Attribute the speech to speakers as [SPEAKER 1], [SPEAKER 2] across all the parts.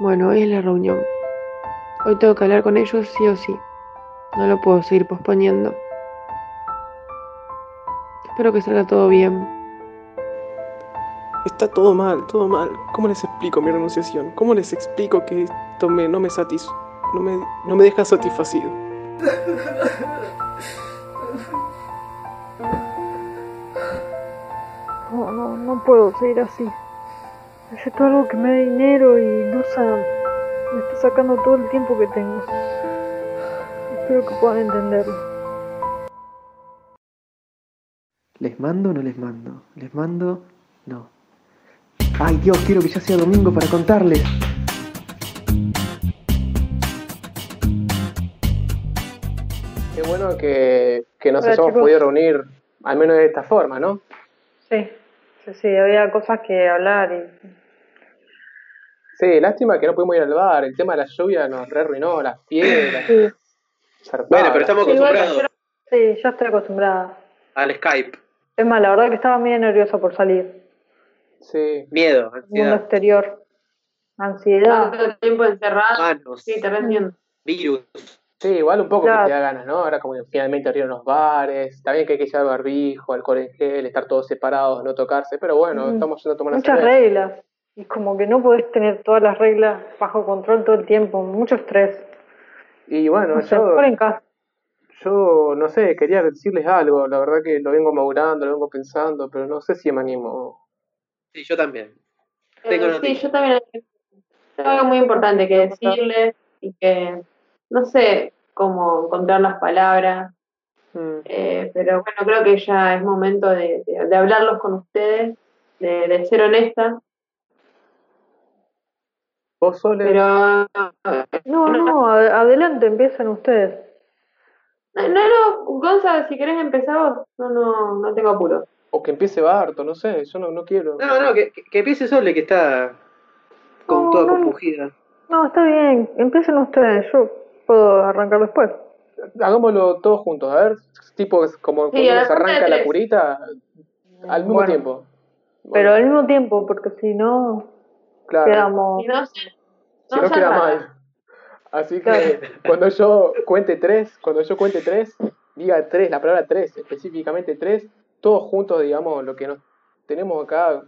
[SPEAKER 1] Bueno, hoy es la reunión. Hoy tengo que hablar con ellos sí o sí. No lo puedo seguir posponiendo. Espero que salga todo bien.
[SPEAKER 2] Está todo mal, todo mal. ¿Cómo les explico mi renunciación? ¿Cómo les explico que esto me- no me satis no me, no me deja satisfacido?
[SPEAKER 3] No, no, no puedo seguir así. Necesito algo que me dé dinero y Lusa me está sacando todo el tiempo que tengo. Espero que puedan entenderlo.
[SPEAKER 4] ¿Les mando o no les mando? ¿Les mando? No. ¡Ay Dios! Quiero que ya sea domingo para contarles.
[SPEAKER 5] Qué bueno que, que nos
[SPEAKER 6] Hola,
[SPEAKER 5] hayamos
[SPEAKER 6] chicos.
[SPEAKER 5] podido reunir, al menos de esta forma, ¿no?
[SPEAKER 6] Sí, sí, sí, había cosas que hablar y
[SPEAKER 5] Sí, lástima que no pudimos ir al bar, el tema de la lluvia nos re arruinó, las piedras.
[SPEAKER 6] Sí.
[SPEAKER 5] zarpado.
[SPEAKER 7] Bueno, pero estamos
[SPEAKER 6] Sí, igual
[SPEAKER 7] acostumbrados
[SPEAKER 6] sí, ya estoy acostumbrada.
[SPEAKER 7] al Skype.
[SPEAKER 6] Es más, la verdad que estaba medio nerviosa por salir.
[SPEAKER 5] Sí,
[SPEAKER 7] Miedo,
[SPEAKER 6] Mundo
[SPEAKER 7] ansiedad,
[SPEAKER 6] exterior,
[SPEAKER 1] Ah,
[SPEAKER 6] ansiedad.
[SPEAKER 8] Tanto tiempo encerrado.
[SPEAKER 7] manos,
[SPEAKER 8] Sí, te recién.
[SPEAKER 7] virus.
[SPEAKER 5] sí, igual un poco
[SPEAKER 6] Claro.
[SPEAKER 5] que te da ganas, ¿no? Ahora como que finalmente abrieron los bares, está bien que hay que llevar barbijo, alcohol en gel, estar todos separados, no tocarse, pero bueno,
[SPEAKER 6] Mm.
[SPEAKER 5] estamos yendo a tomar una
[SPEAKER 6] Muchas
[SPEAKER 5] cerveza.
[SPEAKER 6] reglas. Y como que no podés tener todas las reglas bajo control todo el tiempo, mucho estrés.
[SPEAKER 5] Y bueno,
[SPEAKER 6] No sé,
[SPEAKER 5] yo,
[SPEAKER 6] mejor en casa.
[SPEAKER 5] yo no sé, quería decirles algo, la verdad que lo vengo madurando, lo vengo pensando, pero no sé si me animo.
[SPEAKER 7] Sí, yo también. Tengo
[SPEAKER 8] Pero Sí,
[SPEAKER 7] noticias.
[SPEAKER 8] yo también tengo algo muy importante que decirles y que no sé cómo encontrar las palabras,
[SPEAKER 5] Mm.
[SPEAKER 8] eh, pero bueno, creo que ya es momento de, de- de hablarlos con ustedes, de, de ser honesta,
[SPEAKER 5] ¿Vos solo?
[SPEAKER 8] pero
[SPEAKER 6] No, no, ad- adelante, empiecen ustedes.
[SPEAKER 8] no, no, Gonza, si querés empezar vos, no, no, no tengo apuro.
[SPEAKER 5] O que empiece Barto, no sé, yo no, no quiero.
[SPEAKER 7] No, no, que, que- que empiece Sole, que está con
[SPEAKER 6] No,
[SPEAKER 7] toda
[SPEAKER 6] no.
[SPEAKER 7] compungida.
[SPEAKER 6] No, está bien, empiecen ustedes, yo puedo arrancar después.
[SPEAKER 5] Hagámoslo todos juntos, a ver, tipo es como
[SPEAKER 8] a
[SPEAKER 5] cuando
[SPEAKER 8] la
[SPEAKER 5] se
[SPEAKER 8] cuenta de
[SPEAKER 5] arranca la
[SPEAKER 8] tres.
[SPEAKER 5] curita al mismo
[SPEAKER 6] Bueno,
[SPEAKER 5] tiempo.
[SPEAKER 6] Pero al mismo tiempo, porque si no,
[SPEAKER 5] Claro,
[SPEAKER 6] quedamos...
[SPEAKER 8] Y no se-
[SPEAKER 5] si no
[SPEAKER 8] se
[SPEAKER 5] queda
[SPEAKER 8] arranca.
[SPEAKER 5] mal. Así que cuando yo cuente tres, cuando yo cuente tres, diga tres, la palabra tres, específicamente tres, todos juntos digamos lo que nos tenemos acá,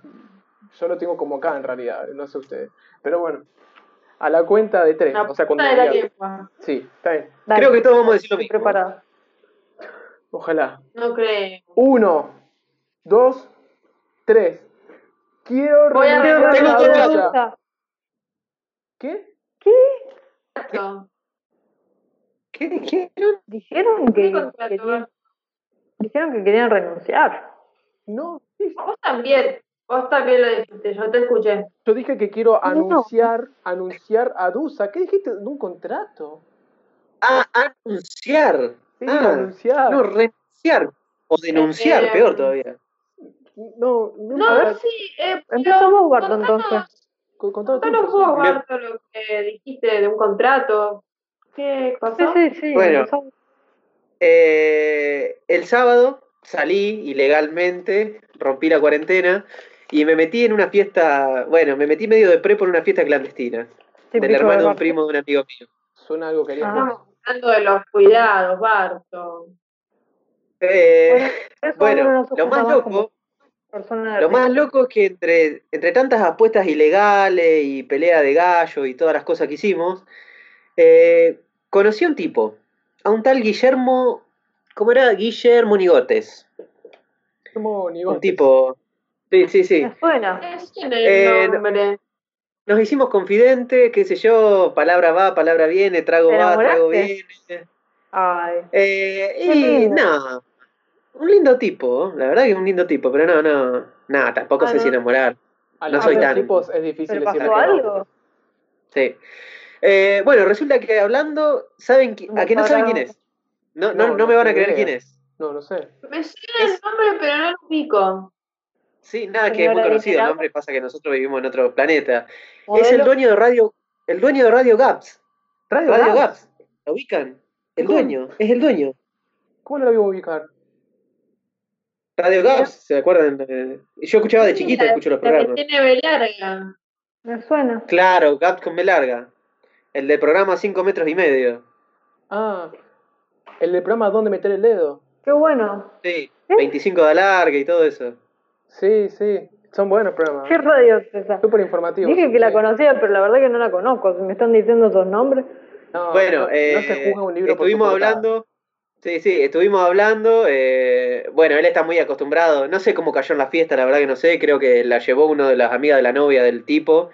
[SPEAKER 5] yo lo tengo como acá en realidad, no sé ustedes. Pero bueno, a la cuenta de tres,
[SPEAKER 8] La
[SPEAKER 5] o sea, cuando
[SPEAKER 8] punta de la
[SPEAKER 5] diga-
[SPEAKER 8] lengua.
[SPEAKER 5] Sí, está bien,
[SPEAKER 6] Dale,
[SPEAKER 7] Creo que todos vamos a decir lo mismo.
[SPEAKER 6] preparado.
[SPEAKER 5] ojalá.
[SPEAKER 8] No creo.
[SPEAKER 5] Uno, dos, tres. Quiero
[SPEAKER 8] Voy a
[SPEAKER 5] renunciar
[SPEAKER 8] renunciar
[SPEAKER 5] la
[SPEAKER 7] Tengo
[SPEAKER 5] bolsa.
[SPEAKER 7] contrato.
[SPEAKER 5] ¿Qué?
[SPEAKER 8] Exacto.
[SPEAKER 7] ¿Qué dijeron?
[SPEAKER 6] Dijeron que,
[SPEAKER 8] ¿Qué contrato?
[SPEAKER 6] dijeron que querían renunciar.
[SPEAKER 5] No,
[SPEAKER 8] Vos también, vos también lo dijiste, yo te escuché.
[SPEAKER 5] yo dije que quiero
[SPEAKER 6] No, no.
[SPEAKER 5] anunciar, anunciar a Dusa. ¿Qué dijiste de un contrato?
[SPEAKER 7] Ah, anunciar.
[SPEAKER 5] Sí,
[SPEAKER 7] Ah,
[SPEAKER 5] anunciar.
[SPEAKER 7] no, renunciar. O denunciar,
[SPEAKER 8] Eh,
[SPEAKER 7] peor todavía.
[SPEAKER 5] no, no,
[SPEAKER 8] No,
[SPEAKER 5] a ver,
[SPEAKER 8] sí, eh, pero
[SPEAKER 6] Empezamos Bardo
[SPEAKER 8] contanos-
[SPEAKER 6] entonces.
[SPEAKER 5] con- contrato.
[SPEAKER 8] Contanos vos,
[SPEAKER 7] Bien.
[SPEAKER 8] Barto, lo que dijiste de un contrato. ¿Qué
[SPEAKER 6] Sí,
[SPEAKER 8] pasó?
[SPEAKER 6] sí, sí.
[SPEAKER 7] Bueno.
[SPEAKER 6] empezamos.
[SPEAKER 7] Eh, el sábado salí ilegalmente, rompí la cuarentena y me metí en una fiesta, bueno, me metí medio de pre por una fiesta clandestina del
[SPEAKER 6] Típico
[SPEAKER 7] hermano de un
[SPEAKER 6] Bardo.
[SPEAKER 7] primo de un amigo mío.
[SPEAKER 5] Suena algo que haría.
[SPEAKER 6] Ah.
[SPEAKER 8] Estamos hablando de los cuidados, Barto.
[SPEAKER 7] Eh,
[SPEAKER 6] Eso uno no
[SPEAKER 7] bueno,
[SPEAKER 6] se
[SPEAKER 7] lo
[SPEAKER 6] junta
[SPEAKER 7] más
[SPEAKER 6] como
[SPEAKER 7] loco,
[SPEAKER 6] persona de
[SPEAKER 7] lo más loco es que entre, entre tantas apuestas ilegales y pelea de gallo y todas las cosas que hicimos, eh, conocí a un tipo, a un tal Guillermo, ¿cómo era? Guillermo Nigotes,
[SPEAKER 5] Como ni vos.
[SPEAKER 7] un tipo, sí, sí, sí.
[SPEAKER 6] Me suena.
[SPEAKER 8] ¿Qué tiene
[SPEAKER 7] Eh,
[SPEAKER 8] el nombre?
[SPEAKER 7] Nos hicimos confidente, qué sé yo, palabra va, palabra viene, trago
[SPEAKER 6] ¿Te
[SPEAKER 7] va, trago
[SPEAKER 6] enamoraste?
[SPEAKER 7] viene.
[SPEAKER 6] Ay,
[SPEAKER 7] Eh,
[SPEAKER 6] Qué
[SPEAKER 7] y
[SPEAKER 6] lindo.
[SPEAKER 7] nada, un lindo tipo, la verdad que es un lindo tipo, pero no, no, nada, tampoco
[SPEAKER 6] Ah,
[SPEAKER 7] sé
[SPEAKER 6] no.
[SPEAKER 7] si enamorar.
[SPEAKER 5] A
[SPEAKER 7] no
[SPEAKER 5] los
[SPEAKER 7] soy
[SPEAKER 5] otros
[SPEAKER 7] tan-
[SPEAKER 5] tipos es difícil
[SPEAKER 6] ¿pero
[SPEAKER 5] decirle
[SPEAKER 6] pasó
[SPEAKER 5] que no.
[SPEAKER 6] algo?
[SPEAKER 7] Sí. Eh, bueno, resulta que hablando, saben qui- a que no saben quién es. No, no,
[SPEAKER 5] No,
[SPEAKER 7] no me
[SPEAKER 5] no
[SPEAKER 7] van a
[SPEAKER 5] tengo
[SPEAKER 7] creer
[SPEAKER 5] idea.
[SPEAKER 7] quién es.
[SPEAKER 5] No, no sé.
[SPEAKER 8] Me suena el nombre, pero no lo ubico.
[SPEAKER 7] Sí, nada, que es muy
[SPEAKER 6] Señora
[SPEAKER 7] conocido el
[SPEAKER 6] adinerada.
[SPEAKER 7] nombre, pasa que nosotros vivimos en otro planeta. Es el
[SPEAKER 6] modelo.
[SPEAKER 7] dueño de Radio, el dueño de Radio Gaps.
[SPEAKER 5] Radio,
[SPEAKER 7] Radio
[SPEAKER 5] Gaps?
[SPEAKER 7] Gaps, ¿lo ubican? El dueño, es el dueño.
[SPEAKER 5] ¿Cómo no lo voy a ubicar?
[SPEAKER 7] Radio Gaps, ¿se acuerdan? Eh, Yo escuchaba de chiquito,
[SPEAKER 8] La-
[SPEAKER 7] escucho los
[SPEAKER 8] la que
[SPEAKER 7] programas.
[SPEAKER 8] tiene Belarga.
[SPEAKER 6] Me suena.
[SPEAKER 7] Claro, Gap con B larga. El del programa 5 metros y medio.
[SPEAKER 5] Ah, el del programa ¿Dónde meter el dedo?
[SPEAKER 6] Qué bueno.
[SPEAKER 7] Sí. 25 de larga y todo eso.
[SPEAKER 5] Sí, sí, son buenos programas.
[SPEAKER 6] Qué radio es esa.
[SPEAKER 5] Súper informativos.
[SPEAKER 6] Dije que la
[SPEAKER 5] Sí.
[SPEAKER 6] conocía, pero la verdad que no la conozco. Si me están diciendo esos nombres.
[SPEAKER 5] No,
[SPEAKER 7] Bueno,
[SPEAKER 5] no, no
[SPEAKER 7] eh,
[SPEAKER 5] se juzga un libro por su
[SPEAKER 7] estuvimos
[SPEAKER 5] portada.
[SPEAKER 7] hablando. Sí, sí, estuvimos hablando. eh, bueno, él está muy acostumbrado. No sé cómo cayó en la fiesta, la verdad que no sé. Creo que la llevó una de las amigas de la novia del tipo.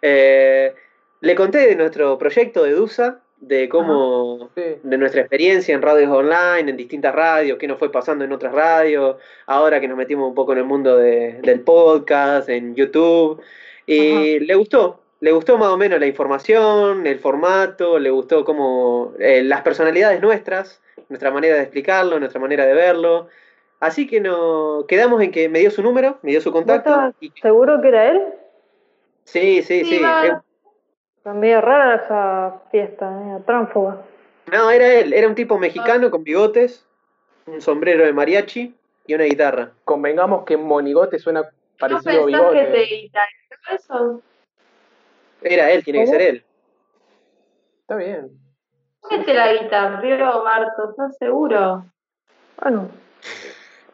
[SPEAKER 7] Eh, le conté de nuestro proyecto de DUSA, de cómo.
[SPEAKER 5] Sí.
[SPEAKER 7] de nuestra experiencia en radios online, en distintas radios, qué nos fue pasando en otras radios, ahora que nos metimos un poco en el mundo de- del podcast, en YouTube, y le gustó, le gustó más o menos la información, el formato, le gustó como las personalidades nuestras, nuestra manera de explicarlo, nuestra manera de verlo, así que no, quedamos en que me dio su número, me dio su contacto,
[SPEAKER 6] estabas
[SPEAKER 7] y,
[SPEAKER 6] ¿Seguro que era él?
[SPEAKER 7] sí, sí,
[SPEAKER 8] Sí,
[SPEAKER 7] sí,
[SPEAKER 8] va.
[SPEAKER 7] eh,
[SPEAKER 6] Está medio rara esa fiesta, medio tránfuga.
[SPEAKER 7] no, era él, era un tipo mexicano con bigotes, un sombrero de mariachi y una guitarra.
[SPEAKER 5] Convengamos que monigote suena
[SPEAKER 8] ¿No
[SPEAKER 5] parecido a
[SPEAKER 8] pensás que
[SPEAKER 5] bigote.
[SPEAKER 8] te italianizó eso?
[SPEAKER 7] Era él, tiene que
[SPEAKER 5] ¿Cómo?
[SPEAKER 7] ser él.
[SPEAKER 5] Está bien.
[SPEAKER 8] ¿Por qué te la guitarrió, Marto? ¿Estás seguro?
[SPEAKER 6] Bueno,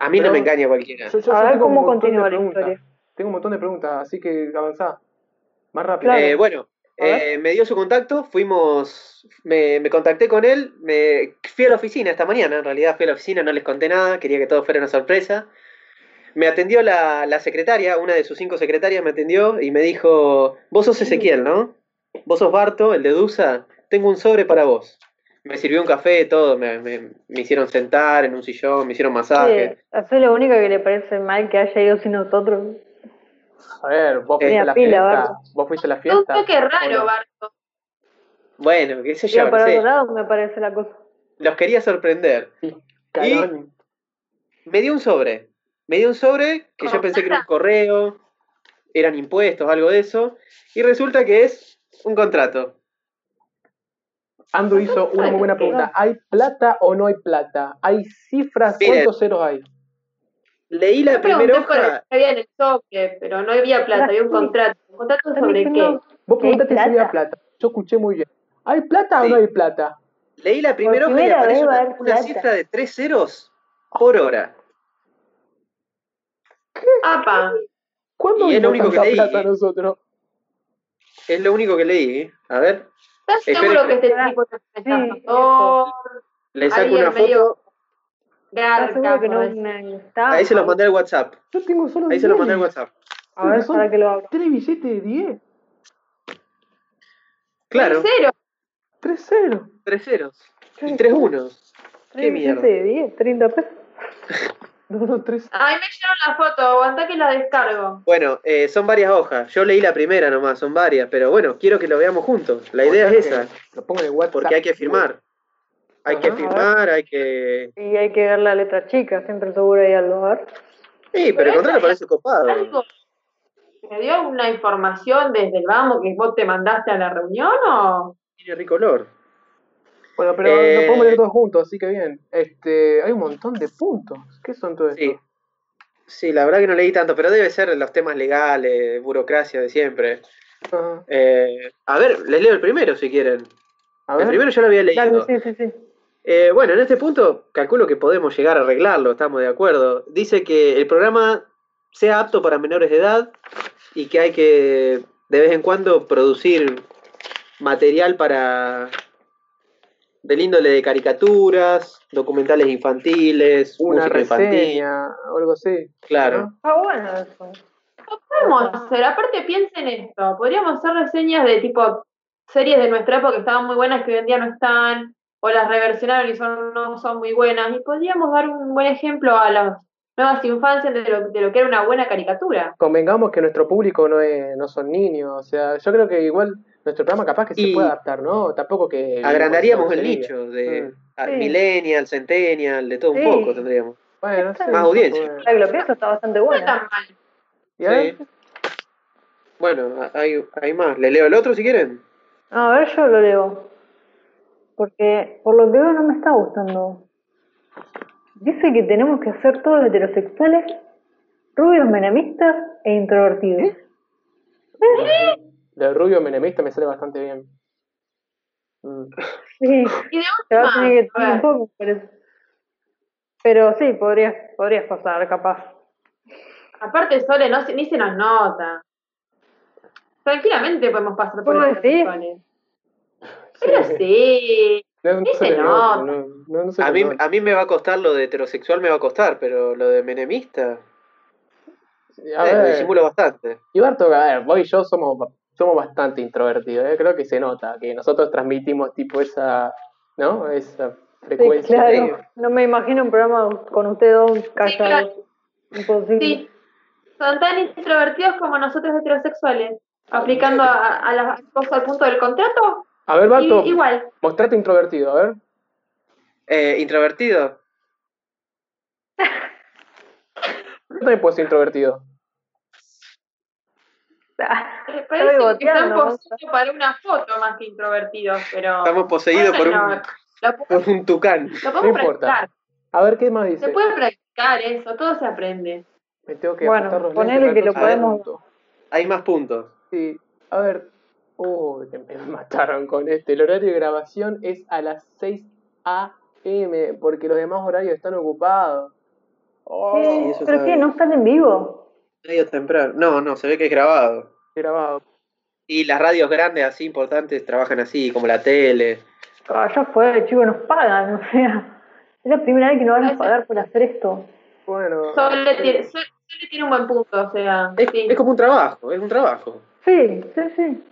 [SPEAKER 7] A mí
[SPEAKER 5] Pero-
[SPEAKER 7] no me engaña cualquiera.
[SPEAKER 5] Yo- yo-
[SPEAKER 6] a
[SPEAKER 5] yo
[SPEAKER 6] ver
[SPEAKER 5] tengo un
[SPEAKER 6] cómo
[SPEAKER 5] montón de
[SPEAKER 6] continúa la
[SPEAKER 5] preguntas.
[SPEAKER 6] historia.
[SPEAKER 5] Tengo un montón de preguntas, así que avanzá. Más rápido.
[SPEAKER 6] Claro.
[SPEAKER 7] Eh, bueno,
[SPEAKER 5] A ver.
[SPEAKER 7] eh, me dio su contacto, fuimos, me, me contacté con él, me fui a la oficina esta mañana, en realidad fui a la oficina, no les conté nada, quería que todo fuera una sorpresa. Me atendió la, la secretaria, una de sus cinco secretarias me atendió y me dijo, vos sos Ezequiel, ¿no? Vos sos Barto, el de Dusa, tengo un sobre para vos. Me sirvió un café, todo, me, me- me hicieron sentar en un sillón, me hicieron masaje.
[SPEAKER 6] Oye, soy eh, la única que le parece mal que haya ido sin nosotros.
[SPEAKER 5] A ver, vos fuiste
[SPEAKER 6] Tenía
[SPEAKER 5] a la
[SPEAKER 6] pila,
[SPEAKER 5] fiesta.
[SPEAKER 6] Barto.
[SPEAKER 5] Vos fuiste a la
[SPEAKER 8] Fue Un
[SPEAKER 5] fiesta.
[SPEAKER 8] toque
[SPEAKER 5] Bueno.
[SPEAKER 8] raro, Barto.
[SPEAKER 7] Bueno, qué sé yo,
[SPEAKER 6] Iba
[SPEAKER 7] no
[SPEAKER 6] para
[SPEAKER 7] sé,
[SPEAKER 6] otro lado, me parece la cosa.
[SPEAKER 7] los quería sorprender.
[SPEAKER 5] Carón.
[SPEAKER 7] Me dio un sobre. Me dio un sobre que yo
[SPEAKER 8] ¿Con
[SPEAKER 7] pensé que era un
[SPEAKER 8] plata?
[SPEAKER 7] correo, eran impuestos, algo de eso. Y resulta que es un contrato.
[SPEAKER 5] Andrew hizo una muy buena pregunta. ¿Hay plata o no hay plata? ¿Hay cifras?
[SPEAKER 7] Bien.
[SPEAKER 5] ¿Cuántos ceros hay?
[SPEAKER 7] Leí la
[SPEAKER 8] Yo
[SPEAKER 7] primera
[SPEAKER 8] pregunté por el
[SPEAKER 7] hoja.
[SPEAKER 8] que había en el sobre, pero no había plata, había un contrato. ¿Un contrato
[SPEAKER 6] Están
[SPEAKER 8] sobre qué?
[SPEAKER 6] diciendo-
[SPEAKER 5] Vos
[SPEAKER 6] ¿Hay
[SPEAKER 5] preguntaste si había
[SPEAKER 6] plata?
[SPEAKER 5] plata. Yo escuché muy bien. ¿Hay plata o
[SPEAKER 7] Sí.
[SPEAKER 5] no hay plata?
[SPEAKER 7] Leí la primera hoja y
[SPEAKER 6] primera
[SPEAKER 7] aparece
[SPEAKER 6] vez va a
[SPEAKER 7] una,
[SPEAKER 6] haber
[SPEAKER 7] una
[SPEAKER 6] plata.
[SPEAKER 7] cifra de tres ceros por hora.
[SPEAKER 8] Apa,
[SPEAKER 5] ¿Cuándo
[SPEAKER 7] Y es lo
[SPEAKER 5] vimos
[SPEAKER 7] único que
[SPEAKER 5] tanta
[SPEAKER 7] leí.
[SPEAKER 5] plata nosotros?
[SPEAKER 7] Es lo único que leí. ¿eh? A ver,
[SPEAKER 8] ¿estás
[SPEAKER 7] Espera,
[SPEAKER 8] seguro que
[SPEAKER 7] espera.
[SPEAKER 8] este tipo es un
[SPEAKER 6] Sí,
[SPEAKER 8] estafador?
[SPEAKER 7] le saco
[SPEAKER 8] Alguien
[SPEAKER 7] una
[SPEAKER 8] medio-
[SPEAKER 7] foto.
[SPEAKER 6] ¿Estás seguro
[SPEAKER 8] Garca,
[SPEAKER 6] que no
[SPEAKER 8] como decís.
[SPEAKER 6] me está?
[SPEAKER 7] Ahí se los mandé al WhatsApp.
[SPEAKER 5] Yo tengo solo
[SPEAKER 7] Ahí se los mandé al WhatsApp.
[SPEAKER 6] A ver, para que lo abra.
[SPEAKER 5] Tres billetes de 10.
[SPEAKER 7] Claro,
[SPEAKER 8] Cero.
[SPEAKER 5] Tres ceros.
[SPEAKER 7] tres ceros. Y tres unos. Qué mierda.
[SPEAKER 6] de 10, 30 pesos.
[SPEAKER 5] No, no, tres.
[SPEAKER 8] Ay, me llevaron la foto, aguantá que la descargo.
[SPEAKER 7] Bueno, eh, son varias hojas. Yo leí la primera nomás, son varias, pero bueno, quiero que lo veamos juntos. La idea es esa,
[SPEAKER 5] Lo pongo en el WhatsApp.
[SPEAKER 7] porque hay que firmar. Hay que
[SPEAKER 5] Ajá.
[SPEAKER 7] firmar, hay que...
[SPEAKER 6] Y hay que ver la letra chica, siempre seguro hay algo. A ver.
[SPEAKER 7] Sí, pero
[SPEAKER 8] Pero
[SPEAKER 7] el contrato
[SPEAKER 8] esa-
[SPEAKER 7] parece copado.
[SPEAKER 8] Algo. ¿Me dio una información desde el vamos que vos te mandaste a la reunión o?
[SPEAKER 7] Tiene ricolor.
[SPEAKER 5] Bueno, pero
[SPEAKER 7] Eh.
[SPEAKER 5] lo podemos leer todos juntos, así que bien. Este, hay un montón de puntos. ¿Qué son todos
[SPEAKER 7] Sí.
[SPEAKER 5] estos?
[SPEAKER 7] Sí, la verdad que no leí tanto, pero debe ser los temas legales, burocracia de siempre.
[SPEAKER 5] Ajá.
[SPEAKER 7] Eh, a ver, les leo el primero si quieren.
[SPEAKER 5] A
[SPEAKER 7] El
[SPEAKER 5] ver.
[SPEAKER 7] primero yo lo había leído.
[SPEAKER 6] Dale, sí, sí, sí.
[SPEAKER 7] Eh, bueno, en este punto calculo que podemos llegar a arreglarlo, estamos de acuerdo. Dice que el programa sea apto para menores de edad y que hay que de vez en cuando producir material para del índole de caricaturas, documentales infantiles,
[SPEAKER 5] una
[SPEAKER 7] música infantil,
[SPEAKER 5] reseña o algo así.
[SPEAKER 7] claro.
[SPEAKER 6] Está bueno eso.
[SPEAKER 8] Podemos hacer, aparte piensen esto, podríamos hacer reseñas de tipo series de nuestra época que estaban muy buenas que hoy en día no están, o las reversionaron y son, no son muy buenas, y podríamos dar un buen ejemplo a las nuevas infancias de lo, de lo que era una buena caricatura.
[SPEAKER 5] Convengamos que nuestro público no es, no son niños, o sea, yo creo que igual nuestro programa capaz que
[SPEAKER 7] Y-
[SPEAKER 5] se puede adaptar, ¿no? Tampoco que
[SPEAKER 7] Agrandaríamos el
[SPEAKER 5] grosería.
[SPEAKER 7] nicho de
[SPEAKER 5] Mm.
[SPEAKER 7] a-
[SPEAKER 6] Sí.
[SPEAKER 7] millennial, centennial, de todo un
[SPEAKER 6] Sí.
[SPEAKER 7] poco tendríamos.
[SPEAKER 5] Bueno, sí,
[SPEAKER 7] Más audiencia.
[SPEAKER 5] bueno.
[SPEAKER 6] La que lo pienso está bastante
[SPEAKER 8] No es
[SPEAKER 6] buena.
[SPEAKER 8] tan mal.
[SPEAKER 5] Y a ver,
[SPEAKER 7] Sí. Bueno, a- hay, hay más. ¿Le leo el otro si quieren?
[SPEAKER 6] A ver, yo lo leo. Porque por lo que veo no me está gustando. Dice que tenemos que hacer todos heterosexuales, rubios menemistas e introvertidos.
[SPEAKER 5] Del rubio menemista me sale bastante bien. Mm.
[SPEAKER 6] Sí,
[SPEAKER 8] Y de
[SPEAKER 6] te va a
[SPEAKER 8] última,
[SPEAKER 6] tener que
[SPEAKER 8] a
[SPEAKER 6] tener un
[SPEAKER 8] ver,
[SPEAKER 6] poco, pero, pero sí, podrías, podrías pasar, capaz.
[SPEAKER 8] aparte Sole no, se- ni se nos nota. Tranquilamente podemos pasar por
[SPEAKER 6] ¿Vos
[SPEAKER 8] el
[SPEAKER 6] decís?
[SPEAKER 8] Sole. Pero sí.
[SPEAKER 5] No,
[SPEAKER 8] Sí,
[SPEAKER 5] se
[SPEAKER 8] se
[SPEAKER 5] le nota,
[SPEAKER 8] nota.
[SPEAKER 5] no, no, no se
[SPEAKER 7] A
[SPEAKER 5] le
[SPEAKER 7] mí,
[SPEAKER 5] nota.
[SPEAKER 7] a mí me va a costar lo de heterosexual, me va a costar, pero lo de menemista,
[SPEAKER 5] A
[SPEAKER 7] eh, lo
[SPEAKER 5] ver,
[SPEAKER 7] disimulo bastante.
[SPEAKER 5] y Barto, a ver, vos y yo somos, ba- somos bastante introvertidos, ¿eh? creo que se nota, que nosotros transmitimos tipo esa, ¿no? Esa
[SPEAKER 6] Sí,
[SPEAKER 5] frecuencia.
[SPEAKER 6] claro. No me imagino un programa con ustedes dos callados. Imposible.
[SPEAKER 8] Sí, son tan introvertidos como nosotros heterosexuales, aplicando a, a las cosas al punto del contrato,
[SPEAKER 5] A ver,
[SPEAKER 8] y-
[SPEAKER 5] Barto,
[SPEAKER 8] igual.
[SPEAKER 5] mostrate introvertido, a ver.
[SPEAKER 7] Eh, ¿Introvertido?
[SPEAKER 5] Yo también puedo ser introvertido.
[SPEAKER 6] Ah,
[SPEAKER 8] Eh, Parece que están
[SPEAKER 6] boteando, ¿no?
[SPEAKER 8] posando para una foto más que introvertidos, pero.
[SPEAKER 7] Estamos poseídos por un,
[SPEAKER 8] Bueno, Lo, po-
[SPEAKER 7] por un tucán.
[SPEAKER 8] lo
[SPEAKER 5] No
[SPEAKER 8] podemos
[SPEAKER 5] importa.
[SPEAKER 8] practicar.
[SPEAKER 5] A ver, ¿qué más
[SPEAKER 8] Se
[SPEAKER 5] dice?
[SPEAKER 8] puede practicar eso, todo se aprende.
[SPEAKER 5] Me tengo que
[SPEAKER 6] Bueno,
[SPEAKER 5] ajustar los
[SPEAKER 6] ponele
[SPEAKER 5] lentes,
[SPEAKER 6] que lo
[SPEAKER 5] Barto, soy
[SPEAKER 6] podemos-
[SPEAKER 5] adulto.
[SPEAKER 7] Hay más puntos.
[SPEAKER 5] Sí, a ver. Uy, que me mataron con este. El horario de grabación es a las 6 a.m. porque los demás horarios están ocupados. Oh,
[SPEAKER 6] ¿Qué?
[SPEAKER 7] eso
[SPEAKER 6] ¿Pero
[SPEAKER 7] sabe.
[SPEAKER 6] qué? ¿No están en vivo?
[SPEAKER 7] Medio temprano. No, no, se ve que es grabado.
[SPEAKER 5] grabado.
[SPEAKER 7] Y las radios grandes, así importantes, trabajan así, como la tele.
[SPEAKER 6] Ah, ya fue, chicos, nos pagan, o sea. Es la primera vez que nos van a pagar por hacer esto.
[SPEAKER 5] Bueno,
[SPEAKER 8] Sole tiene, Sol- Sole tiene un buen punto, o sea.
[SPEAKER 7] Es,
[SPEAKER 8] sí.
[SPEAKER 7] es como un trabajo, es un trabajo.
[SPEAKER 6] Sí, sí, sí.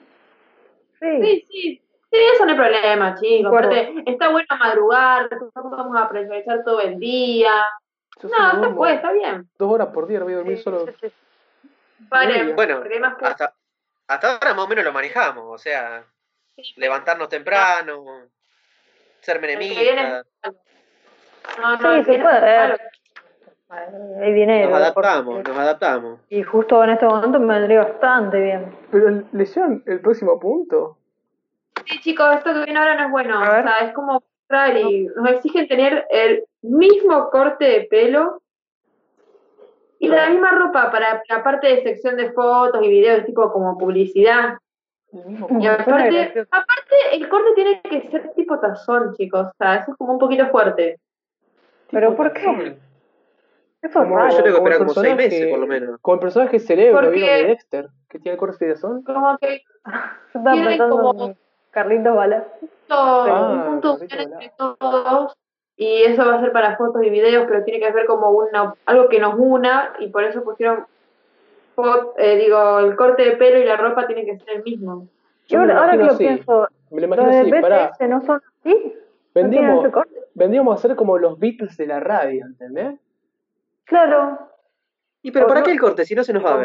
[SPEAKER 6] Sí.
[SPEAKER 8] Sí, sí. Sí, eso no es problema, chicos.
[SPEAKER 6] Bueno.
[SPEAKER 8] Aparte, está bueno madrugar, vamos a aprovechar todo el día.
[SPEAKER 5] yo soy
[SPEAKER 8] No,
[SPEAKER 5] un
[SPEAKER 8] está
[SPEAKER 5] bombo.
[SPEAKER 8] pues, está bien.
[SPEAKER 5] Dos horas por día, voy a dormir solo.
[SPEAKER 8] Paren,
[SPEAKER 7] Bueno, ah,
[SPEAKER 8] porque hay más puntos.
[SPEAKER 7] Hasta, hasta ahora más o menos lo manejamos, o sea, levantarnos temprano, ser menemistas,
[SPEAKER 8] No, no,
[SPEAKER 6] Sí,
[SPEAKER 8] el que
[SPEAKER 6] se
[SPEAKER 8] no-
[SPEAKER 6] puede. Hay dinero.
[SPEAKER 7] nos adaptamos,
[SPEAKER 6] porque-
[SPEAKER 7] nos adaptamos.
[SPEAKER 6] Y justo en este momento me vendría bastante bien.
[SPEAKER 5] Pero leyeron el próximo punto.
[SPEAKER 8] Sí, chicos, esto que viene ahora no es bueno.
[SPEAKER 6] A
[SPEAKER 8] O
[SPEAKER 6] ver.
[SPEAKER 8] sea, es como mostrar y nos exigen tener el mismo corte de pelo y la misma ropa para la parte de sección de fotos y videos, tipo como publicidad. Y aparte, aparte, el corte tiene que ser tipo tazón, chicos. O sea, eso es como un poquito fuerte.
[SPEAKER 6] ¿Pero por qué? Eso es
[SPEAKER 5] Como-
[SPEAKER 6] raro.
[SPEAKER 7] Ah, Yo tengo que esperar
[SPEAKER 5] el
[SPEAKER 7] como seis
[SPEAKER 5] personaje-
[SPEAKER 7] meses, por lo menos.
[SPEAKER 5] Con el personaje cerebro,
[SPEAKER 8] Porque-
[SPEAKER 5] ¿vieron de Dexter? Que tiene corte de son.
[SPEAKER 8] Como que
[SPEAKER 6] Yo estaba
[SPEAKER 8] tiene
[SPEAKER 6] pensando
[SPEAKER 8] como-
[SPEAKER 6] en Carlitos Balá.
[SPEAKER 8] todo,
[SPEAKER 5] Ah,
[SPEAKER 8] un punto de
[SPEAKER 5] Carrito
[SPEAKER 8] unión
[SPEAKER 5] Balá.
[SPEAKER 8] entre todos y eso va a ser para fotos y videos, pero tiene que haber como una, algo que nos una y por eso pusieron, fo- eh, digo, el corte de pelo y la ropa tiene que ser el mismo.
[SPEAKER 6] Y ahora, ahora que lo pienso,
[SPEAKER 5] Me lo
[SPEAKER 6] ¿los
[SPEAKER 5] imagino
[SPEAKER 6] de
[SPEAKER 5] así, pará.
[SPEAKER 6] BTS no son así? ¿No tienen
[SPEAKER 5] Vendemos,
[SPEAKER 6] ese corte?
[SPEAKER 5] vendríamos a ser como los Beatles de la radio, ¿entendés?
[SPEAKER 6] Claro.
[SPEAKER 7] ¿Y pero
[SPEAKER 6] Oh,
[SPEAKER 7] para
[SPEAKER 6] no.
[SPEAKER 7] qué el corte? Si no se nos va a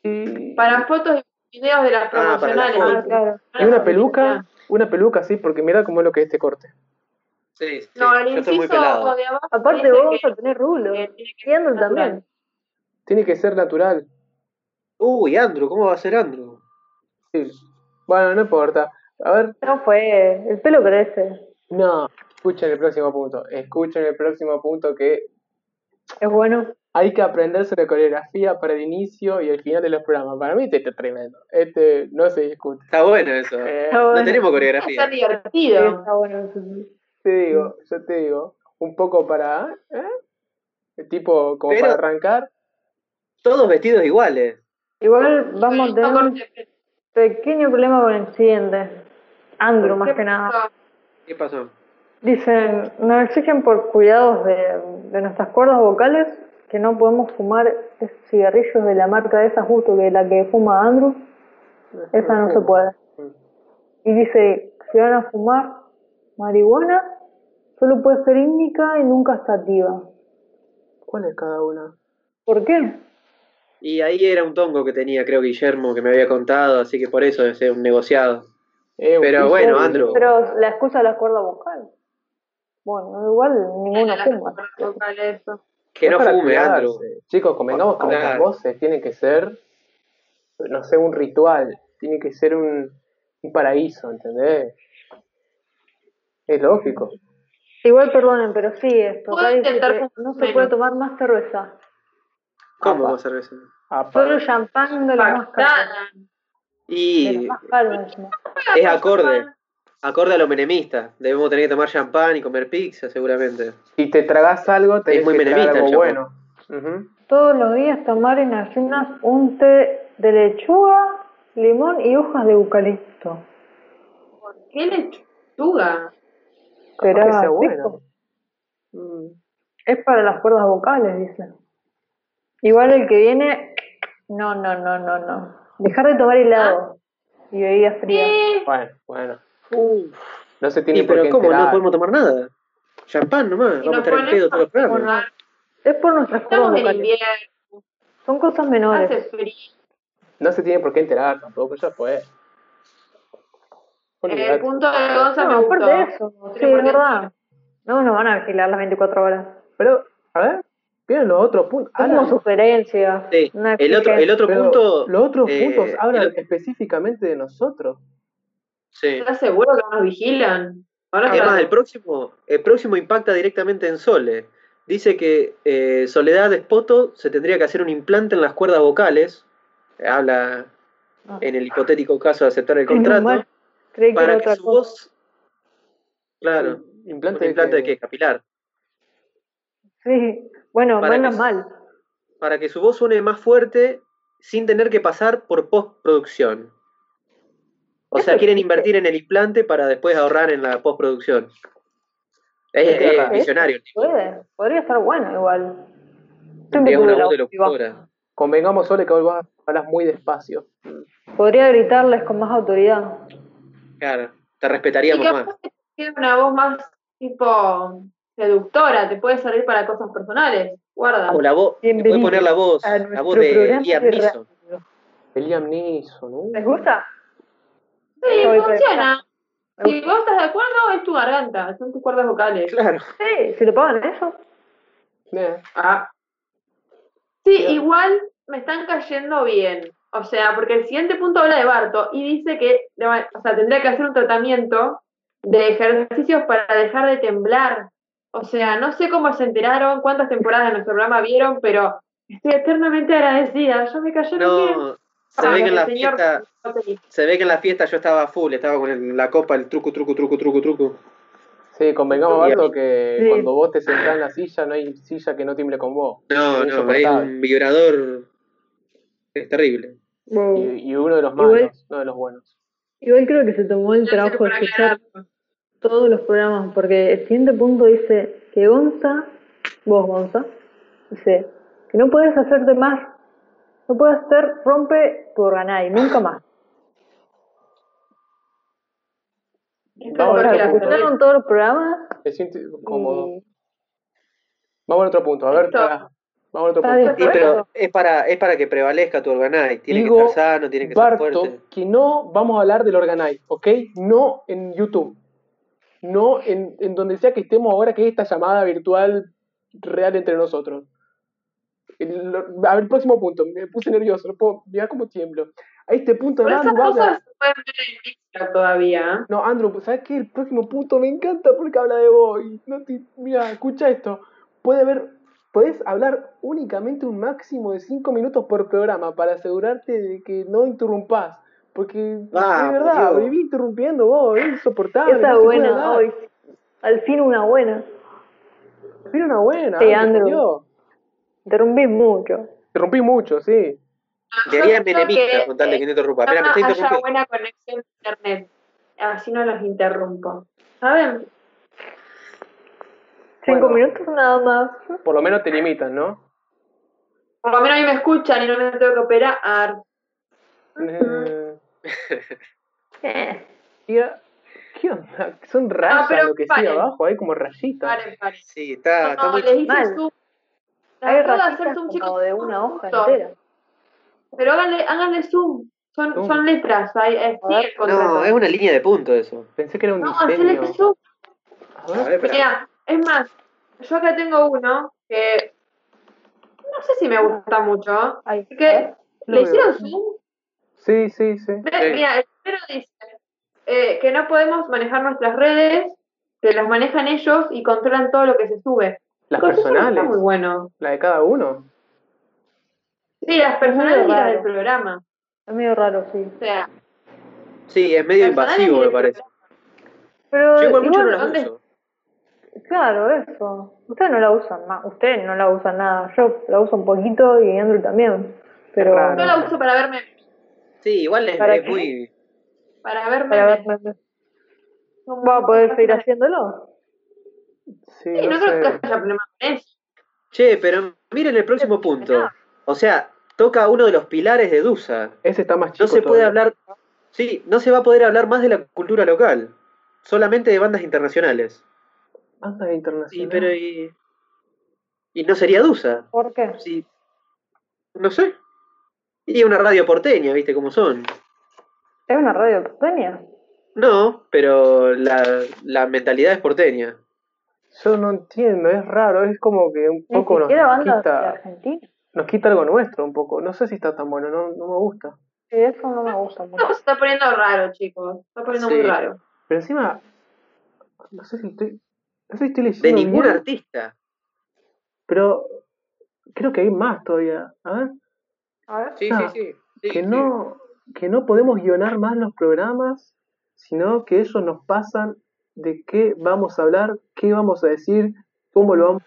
[SPEAKER 7] ver.
[SPEAKER 8] Para fotos y videos de las
[SPEAKER 7] para las
[SPEAKER 8] promocionales.
[SPEAKER 7] fotos.
[SPEAKER 6] Ah, claro.
[SPEAKER 5] Y una peluca, una peluca sí, porque mira cómo es lo que es este corte.
[SPEAKER 7] Sí, sí,
[SPEAKER 8] No, el
[SPEAKER 7] yo estoy muy
[SPEAKER 8] inciso
[SPEAKER 7] pelado.
[SPEAKER 8] de abajo
[SPEAKER 6] Aparte
[SPEAKER 8] dice
[SPEAKER 6] vos vas
[SPEAKER 8] que-
[SPEAKER 6] a tener rulo.
[SPEAKER 8] que tiene que
[SPEAKER 6] Y Andrew
[SPEAKER 8] ser natural.
[SPEAKER 6] también.
[SPEAKER 5] Tiene que ser natural.
[SPEAKER 7] Uy, Andrew, ¿cómo va a ser Andrew?
[SPEAKER 5] Sí. Bueno, no importa. A ver,
[SPEAKER 6] No fue, el pelo crece.
[SPEAKER 5] no, escuchen el próximo punto. Escuchen el próximo punto que
[SPEAKER 6] Es bueno.
[SPEAKER 5] hay que aprenderse la coreografía para el inicio y el final de los programas. Para mí este es tremendo. Este no se discute.
[SPEAKER 7] Está bueno eso.
[SPEAKER 5] Eh,
[SPEAKER 6] Está
[SPEAKER 7] No
[SPEAKER 6] bueno.
[SPEAKER 7] tenemos
[SPEAKER 8] Tiene que ser
[SPEAKER 7] coreografía.
[SPEAKER 6] Sí,
[SPEAKER 8] divertido.
[SPEAKER 6] está bueno. eso sí.
[SPEAKER 5] te digo, yo te digo, un poco para, ¿eh? Tipo, como
[SPEAKER 7] Pero-
[SPEAKER 5] para arrancar.
[SPEAKER 7] Todos vestidos iguales.
[SPEAKER 6] Igual vamos a
[SPEAKER 8] El
[SPEAKER 6] tener
[SPEAKER 8] corte
[SPEAKER 6] un
[SPEAKER 8] de pelo.
[SPEAKER 6] pequeño problema con el siguiente. Andrew, más que nada.
[SPEAKER 7] ¿Qué pasó?
[SPEAKER 6] Dicen, nos exigen por cuidados de, de nuestras cuerdas vocales que no podemos fumar esos cigarrillos de la marca esa justo que la que fuma Andrew. Esa no se puede. Y dice, si van a fumar marihuana, solo puede ser índica y nunca estativa.
[SPEAKER 5] ¿Cuál es cada una?
[SPEAKER 6] ¿Por qué?
[SPEAKER 7] Y ahí era un tongo que tenía, creo, Guillermo, que me había contado, así que por eso es un negociado.
[SPEAKER 5] Eh,
[SPEAKER 7] Pero
[SPEAKER 5] un
[SPEAKER 7] bueno,
[SPEAKER 5] piso,
[SPEAKER 7] Andrew.
[SPEAKER 6] Pero la excusa de la cuerda vocal. Bueno, igual ninguno
[SPEAKER 8] Las
[SPEAKER 6] fuma.
[SPEAKER 8] cuerdas vocales, eso.
[SPEAKER 7] Que
[SPEAKER 5] es
[SPEAKER 7] no
[SPEAKER 5] para
[SPEAKER 7] fume,
[SPEAKER 5] cuidarse.
[SPEAKER 7] Andrew.
[SPEAKER 5] Chicos, convengamos que nuestras
[SPEAKER 7] Claro.
[SPEAKER 5] voces tienen que ser, no sé, un ritual. Tiene que ser un, un paraíso, ¿entendés? Es lógico.
[SPEAKER 6] Igual perdonen, pero sí, esto.
[SPEAKER 8] Puedo
[SPEAKER 6] acá dice
[SPEAKER 8] intentar
[SPEAKER 6] que
[SPEAKER 8] fumar
[SPEAKER 6] no se
[SPEAKER 8] menos.
[SPEAKER 6] puede tomar más cerveza.
[SPEAKER 7] ¿Cómo
[SPEAKER 5] Apa.
[SPEAKER 7] más cerveza?
[SPEAKER 5] Apa.
[SPEAKER 6] Ah, Solo champán de la más cara.
[SPEAKER 8] Pactada.
[SPEAKER 6] de
[SPEAKER 7] Y
[SPEAKER 6] los más caros encima.
[SPEAKER 7] es acorde, acorde a lo menemista. Debemos tener que tomar champán y comer pizza, seguramente.
[SPEAKER 5] Si te tragas algo, tenés
[SPEAKER 7] muy
[SPEAKER 5] que tragar
[SPEAKER 7] menemista el
[SPEAKER 5] algo
[SPEAKER 7] chabón.
[SPEAKER 5] bueno. Ujú.
[SPEAKER 6] Todos los días tomar en ayunas un té de lechuga, limón y hojas de eucalipto.
[SPEAKER 8] ¿Qué lechuga?
[SPEAKER 5] Capaz que sea
[SPEAKER 6] Será
[SPEAKER 5] bueno.
[SPEAKER 6] rico. Es para las cuerdas vocales, dicen. Igual el que viene, no, no, no, no, no. Dejar de tomar helado y bebidas frías.
[SPEAKER 8] Sí.
[SPEAKER 5] Bueno, bueno.
[SPEAKER 7] Uh,
[SPEAKER 5] No se tiene
[SPEAKER 7] y
[SPEAKER 5] por
[SPEAKER 7] pero
[SPEAKER 5] qué
[SPEAKER 7] ¿cómo? No
[SPEAKER 5] enterar.
[SPEAKER 7] podemos tomar nada. Champán nomás,
[SPEAKER 8] Y
[SPEAKER 7] vamos a estar
[SPEAKER 8] nos
[SPEAKER 7] en pedo todos los
[SPEAKER 8] ponemos
[SPEAKER 7] programas.
[SPEAKER 8] a
[SPEAKER 6] Es por nuestras cuerdas
[SPEAKER 8] Estamos en
[SPEAKER 6] vocales.
[SPEAKER 8] invierno,
[SPEAKER 6] Son cosas
[SPEAKER 8] hace
[SPEAKER 6] menores.
[SPEAKER 8] frío.
[SPEAKER 5] No se tiene por qué enterar tampoco, ya fue. Olvidate.
[SPEAKER 8] El punto de Gonza
[SPEAKER 6] No,
[SPEAKER 8] me
[SPEAKER 6] aparte
[SPEAKER 8] gustó.
[SPEAKER 6] de eso, sí, es verdad. No nos van a vigilar las 24 horas.
[SPEAKER 5] Pero, a ver, vieron los otros puntos.
[SPEAKER 6] Es
[SPEAKER 5] Hablan-
[SPEAKER 6] como sugerencia.
[SPEAKER 7] Sí,
[SPEAKER 6] una
[SPEAKER 7] el otro, el otro
[SPEAKER 5] pero
[SPEAKER 7] punto.
[SPEAKER 5] los otros
[SPEAKER 7] eh,
[SPEAKER 5] puntos hablan
[SPEAKER 7] el otro-
[SPEAKER 5] específicamente de nosotros.
[SPEAKER 7] sí.
[SPEAKER 8] ¿Estás seguro que nos vigilan? Ahora
[SPEAKER 7] Es
[SPEAKER 8] está-
[SPEAKER 7] más, el próximo, el próximo impacta directamente en Sole. Dice que eh, Soledad Espoto se tendría que hacer un implante en las cuerdas vocales. Habla en el hipotético caso de aceptar el contrato.
[SPEAKER 6] Normal. Creí que era
[SPEAKER 7] Para que
[SPEAKER 6] otra
[SPEAKER 7] su
[SPEAKER 6] cosa.
[SPEAKER 7] voz. Claro.
[SPEAKER 5] Implante,
[SPEAKER 7] ¿Un implante de qué? Capilar.
[SPEAKER 6] Sí. Bueno,
[SPEAKER 7] Para
[SPEAKER 6] menos
[SPEAKER 7] que-
[SPEAKER 6] mal.
[SPEAKER 7] Para que su voz suene más fuerte sin tener que pasar por postproducción. O sea, quieren invertir en el implante para después ahorrar en la postproducción. Es,
[SPEAKER 5] Qué
[SPEAKER 7] es
[SPEAKER 5] raro.
[SPEAKER 7] visionario el tipo.
[SPEAKER 6] ¿eh? Puede. Podría estar bueno igual. Siempre
[SPEAKER 7] Es
[SPEAKER 6] tuve
[SPEAKER 7] una
[SPEAKER 6] la
[SPEAKER 7] voz de
[SPEAKER 6] voz viva.
[SPEAKER 7] locutora.
[SPEAKER 5] Convengamos, Sole, que vos hablas muy despacio.
[SPEAKER 6] Podría gritarles con más autoridad.
[SPEAKER 7] Claro, te
[SPEAKER 8] Y
[SPEAKER 7] respetaríamos
[SPEAKER 8] capaz
[SPEAKER 7] más.
[SPEAKER 8] que tiene una voz más tipo seductora, te puede servir para cosas personales. Guarda.
[SPEAKER 7] O la voz, te puede
[SPEAKER 6] Bienvenido
[SPEAKER 7] poner la voz,
[SPEAKER 6] a
[SPEAKER 7] la
[SPEAKER 6] nuestro
[SPEAKER 7] voz de
[SPEAKER 6] programa
[SPEAKER 7] Liam
[SPEAKER 6] de
[SPEAKER 7] Neeson.
[SPEAKER 6] radio.
[SPEAKER 5] El Liam Neeson, uh, ¿no?
[SPEAKER 6] ¿Les gusta?
[SPEAKER 8] Sí,
[SPEAKER 6] Soy
[SPEAKER 8] funciona.
[SPEAKER 6] Me
[SPEAKER 8] Si vos estás de acuerdo, es tu garganta, son tus cuerdas vocales.
[SPEAKER 7] Claro.
[SPEAKER 6] Sí, si le pagan eso.
[SPEAKER 5] Eh,
[SPEAKER 8] Ah. Sí,
[SPEAKER 5] Bien.
[SPEAKER 8] igual me están cayendo bien. O sea, porque el siguiente punto habla de Barto y dice que le va- o sea, tendría que hacer un tratamiento de ejercicios para dejar de temblar. O sea, no sé cómo se enteraron, cuántas temporadas de nuestro programa vieron, pero estoy eternamente agradecida. Yo me cayeron bien.
[SPEAKER 7] No, se
[SPEAKER 8] Ah,
[SPEAKER 7] ve que en la
[SPEAKER 8] señor-
[SPEAKER 7] fiesta, se ve que en la fiesta yo estaba full, estaba con el- la copa, el truco, truco, truco, truco, truco.
[SPEAKER 5] Sí, convengamos,
[SPEAKER 7] Liam.
[SPEAKER 5] Bardo, que
[SPEAKER 6] Sí.
[SPEAKER 5] cuando vos te sentás en la silla, no hay silla que no timbre con vos.
[SPEAKER 7] No, no, hay
[SPEAKER 5] Insoportable.
[SPEAKER 7] un vibrador es terrible.
[SPEAKER 5] Y, y uno de los
[SPEAKER 6] Igual-
[SPEAKER 5] malos, no de los buenos.
[SPEAKER 6] Igual creo que se tomó el trabajo de escuchar todos los programas, porque el siguiente punto dice que Gonza, vos Gonza, dice que no puedes hacerte más, no puedes hacer rompe tu organay, nunca más.
[SPEAKER 5] Vamos a ver
[SPEAKER 8] Porque
[SPEAKER 5] otro
[SPEAKER 8] la
[SPEAKER 5] punto.
[SPEAKER 8] escucharon
[SPEAKER 6] Escucharon todos los programas
[SPEAKER 5] Me siento cómodo.
[SPEAKER 6] y
[SPEAKER 5] Vamos a otro punto, a ver,
[SPEAKER 8] Esto.
[SPEAKER 5] pará. Vamos a otro
[SPEAKER 6] Está
[SPEAKER 5] punto.
[SPEAKER 6] bien.
[SPEAKER 7] Sí, pero es para, es para que prevalezca tu organize, tiene
[SPEAKER 5] Digo,
[SPEAKER 7] que estar sano, tiene que ser
[SPEAKER 5] Barto,
[SPEAKER 7] fuerte.
[SPEAKER 5] que no vamos a hablar del Organize, ¿ok? No en YouTube. No en, en donde sea que estemos ahora, que es esta llamada virtual real entre nosotros. El, lo- a ver, próximo punto. Me puse nervioso. No puedo, mirá cómo tiemblo. A este punto,
[SPEAKER 8] Pero esas
[SPEAKER 5] Andrew, habla-
[SPEAKER 8] cosas se pueden ver en Instagram todavía.
[SPEAKER 5] No, Andrew, pues, ¿sabes qué? El próximo punto me encanta porque habla de vos. Y no te, mira, escucha esto. Puede haber, puedes hablar únicamente un máximo de 5 minutos por programa para asegurarte de que no interrumpás. Porque
[SPEAKER 7] Vamos,
[SPEAKER 5] de verdad,
[SPEAKER 7] Diego.
[SPEAKER 5] viví interrumpiendo vos, es insoportable.
[SPEAKER 6] esa
[SPEAKER 5] no Ah, se puede
[SPEAKER 6] buena,
[SPEAKER 5] hablar.
[SPEAKER 6] hoy, al fin una buena.
[SPEAKER 5] Mira una buena.
[SPEAKER 6] Sí,
[SPEAKER 5] Andrew,
[SPEAKER 6] Andrew.
[SPEAKER 5] por Dios.
[SPEAKER 6] Interrumpís mucho.
[SPEAKER 5] Interrumpí mucho, sí.
[SPEAKER 7] Debería
[SPEAKER 8] Yo creo
[SPEAKER 7] menemista
[SPEAKER 8] que, ah,
[SPEAKER 7] con tal de que no interrumpa. Espera, Ah, me
[SPEAKER 8] Ojalá
[SPEAKER 7] está
[SPEAKER 8] haya
[SPEAKER 7] interrumpiendo.
[SPEAKER 8] buena conexión a internet. Así no los interrumpo. ¿Saben?
[SPEAKER 6] Cinco
[SPEAKER 5] Bueno.
[SPEAKER 6] minutos nada más.
[SPEAKER 5] Por lo menos te limitan, ¿no?
[SPEAKER 8] Por lo menos a mí me escuchan y no me tengo que operar. Ah,
[SPEAKER 5] Eh,
[SPEAKER 6] Eh,
[SPEAKER 5] tía, ¿Qué onda? Son rayas
[SPEAKER 8] pero
[SPEAKER 5] lo que sigue
[SPEAKER 8] paren.
[SPEAKER 5] abajo, hay como rayitas.
[SPEAKER 8] Paren, paren.
[SPEAKER 7] Sí, está, Ah, está
[SPEAKER 8] No,
[SPEAKER 7] muy
[SPEAKER 8] les hice
[SPEAKER 6] mal.
[SPEAKER 8] zoom.
[SPEAKER 6] Hay
[SPEAKER 8] Las puedo hacer
[SPEAKER 6] rayitas
[SPEAKER 8] zoom,
[SPEAKER 6] como
[SPEAKER 8] chicos.
[SPEAKER 6] de una hoja
[SPEAKER 8] Justo.
[SPEAKER 6] entera.
[SPEAKER 8] Pero háganle, háganle zoom. Son,
[SPEAKER 5] Zoom.
[SPEAKER 8] son letras. Hay, es,
[SPEAKER 6] A ver.
[SPEAKER 8] sí, eh, el
[SPEAKER 7] No,
[SPEAKER 8] contrato.
[SPEAKER 7] es una línea de punto eso.
[SPEAKER 5] Pensé que era un
[SPEAKER 8] no
[SPEAKER 5] diseño.
[SPEAKER 8] hacele zoom.
[SPEAKER 5] A
[SPEAKER 7] A
[SPEAKER 5] ver.
[SPEAKER 7] ver, espera.
[SPEAKER 8] Mira, es más, yo acá tengo uno que no sé si me gusta mucho.
[SPEAKER 6] Ay, eh,
[SPEAKER 8] Que
[SPEAKER 5] Lo
[SPEAKER 8] le
[SPEAKER 5] veo.
[SPEAKER 8] hicieron zoom.
[SPEAKER 5] Sí, sí, sí.
[SPEAKER 8] Ve- Mira, el primero dice eh, que no podemos manejar nuestras redes, que las manejan ellos y controlan todo lo que se sube.
[SPEAKER 5] Las
[SPEAKER 8] Chicos, eso no
[SPEAKER 5] personales,
[SPEAKER 8] Está muy bueno.
[SPEAKER 5] la de cada uno.
[SPEAKER 8] Sí, las personales y las
[SPEAKER 6] raro.
[SPEAKER 8] del programa.
[SPEAKER 6] Es medio raro, sí.
[SPEAKER 8] O sea,
[SPEAKER 7] Sí, es medio
[SPEAKER 8] personal
[SPEAKER 7] invasivo,
[SPEAKER 8] y-
[SPEAKER 7] me parece.
[SPEAKER 6] Pero
[SPEAKER 7] Yo igual mucho no
[SPEAKER 6] igual,
[SPEAKER 7] las
[SPEAKER 8] ¿dónde-
[SPEAKER 7] uso.
[SPEAKER 6] claro, eso. Ustedes no la usan más. Ustedes no la usan nada. Yo la uso un poquito y Andrew también. Pero
[SPEAKER 4] Claro.
[SPEAKER 8] Yo la uso para verme,
[SPEAKER 7] Sí, igual es,
[SPEAKER 6] ¿Para
[SPEAKER 7] es
[SPEAKER 6] qué?
[SPEAKER 7] muy.
[SPEAKER 8] para verme.
[SPEAKER 6] para verme,
[SPEAKER 8] Como-
[SPEAKER 6] ¿va a poder seguir haciéndolo?
[SPEAKER 5] Sí,
[SPEAKER 8] Sí,
[SPEAKER 5] no,
[SPEAKER 8] no,
[SPEAKER 5] sé.
[SPEAKER 8] creo que haya problema con eso.
[SPEAKER 7] Che, pero miren el próximo punto. O sea, toca uno de los pilares de Dusa.
[SPEAKER 5] Ese está más chico.
[SPEAKER 7] No se puede
[SPEAKER 5] todavía.
[SPEAKER 7] hablar. Sí, no se va a poder hablar más de la cultura local. Solamente de bandas internacionales.
[SPEAKER 5] Bandas internacionales.
[SPEAKER 7] Sí, pero y. Y no sería Dusa.
[SPEAKER 6] ¿Por qué?
[SPEAKER 7] Sí. No sé. Y una radio porteña, ¿viste cómo son?
[SPEAKER 6] ¿Es una radio porteña?
[SPEAKER 7] No, pero la, la mentalidad es porteña.
[SPEAKER 5] Yo no entiendo, es raro, es como que un
[SPEAKER 6] Ni
[SPEAKER 5] poco nos,
[SPEAKER 6] siquiera
[SPEAKER 5] nos
[SPEAKER 6] bandas de
[SPEAKER 5] quita,
[SPEAKER 6] Argentina.
[SPEAKER 5] nos quita algo nuestro un poco. No sé si está tan bueno, no, no me gusta.
[SPEAKER 6] Sí, eso no me gusta mucho.
[SPEAKER 8] Esto se está poniendo raro, chicos. Se Está poniendo
[SPEAKER 7] Sí.
[SPEAKER 8] muy raro.
[SPEAKER 5] Pero encima, no sé si estoy, no sé si estoy leyendo
[SPEAKER 7] De ningún
[SPEAKER 5] bien,
[SPEAKER 7] artista.
[SPEAKER 5] pero creo que hay más todavía. A ver,
[SPEAKER 6] A ver.
[SPEAKER 7] Sí,
[SPEAKER 5] Ah,
[SPEAKER 7] sí, sí. Sí,
[SPEAKER 5] que
[SPEAKER 7] sí.
[SPEAKER 5] no, que no podemos guionar más los programas, sino que ellos nos pasan de qué vamos a hablar, qué vamos a decir, cómo lo vamos,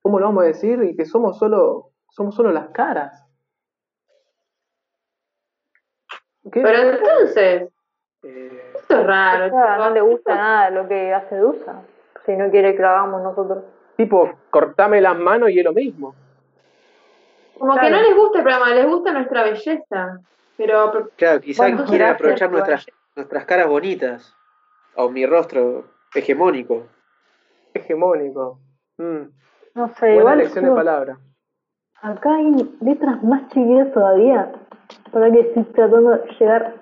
[SPEAKER 5] cómo lo vamos a decir y que somos solo, somos solo las caras. ¿Qué?
[SPEAKER 8] Pero entonces,
[SPEAKER 5] Eh,
[SPEAKER 8] esto es raro.
[SPEAKER 6] Ella no
[SPEAKER 8] chicos.
[SPEAKER 6] le gusta nada lo que hace Dusa. Si no quiere que lo hagamos nosotros.
[SPEAKER 5] tipo, cortame las manos y es lo mismo.
[SPEAKER 8] Como que
[SPEAKER 6] Claro.
[SPEAKER 8] no les gusta el programa, les gusta nuestra belleza. Pero, pero
[SPEAKER 7] Claro, quizás
[SPEAKER 6] Bueno,
[SPEAKER 7] quieren
[SPEAKER 6] gracias,
[SPEAKER 7] aprovechar
[SPEAKER 6] igual.
[SPEAKER 7] nuestras, nuestras caras bonitas. O mi rostro hegemónico.
[SPEAKER 5] Hegemónico. Mm,
[SPEAKER 7] Eh,
[SPEAKER 6] No sé,
[SPEAKER 5] buena
[SPEAKER 6] igual.
[SPEAKER 5] elección de
[SPEAKER 6] chicos,
[SPEAKER 5] palabra.
[SPEAKER 6] Acá hay letras más chiquitas todavía. Para que estoy tratando de llegar.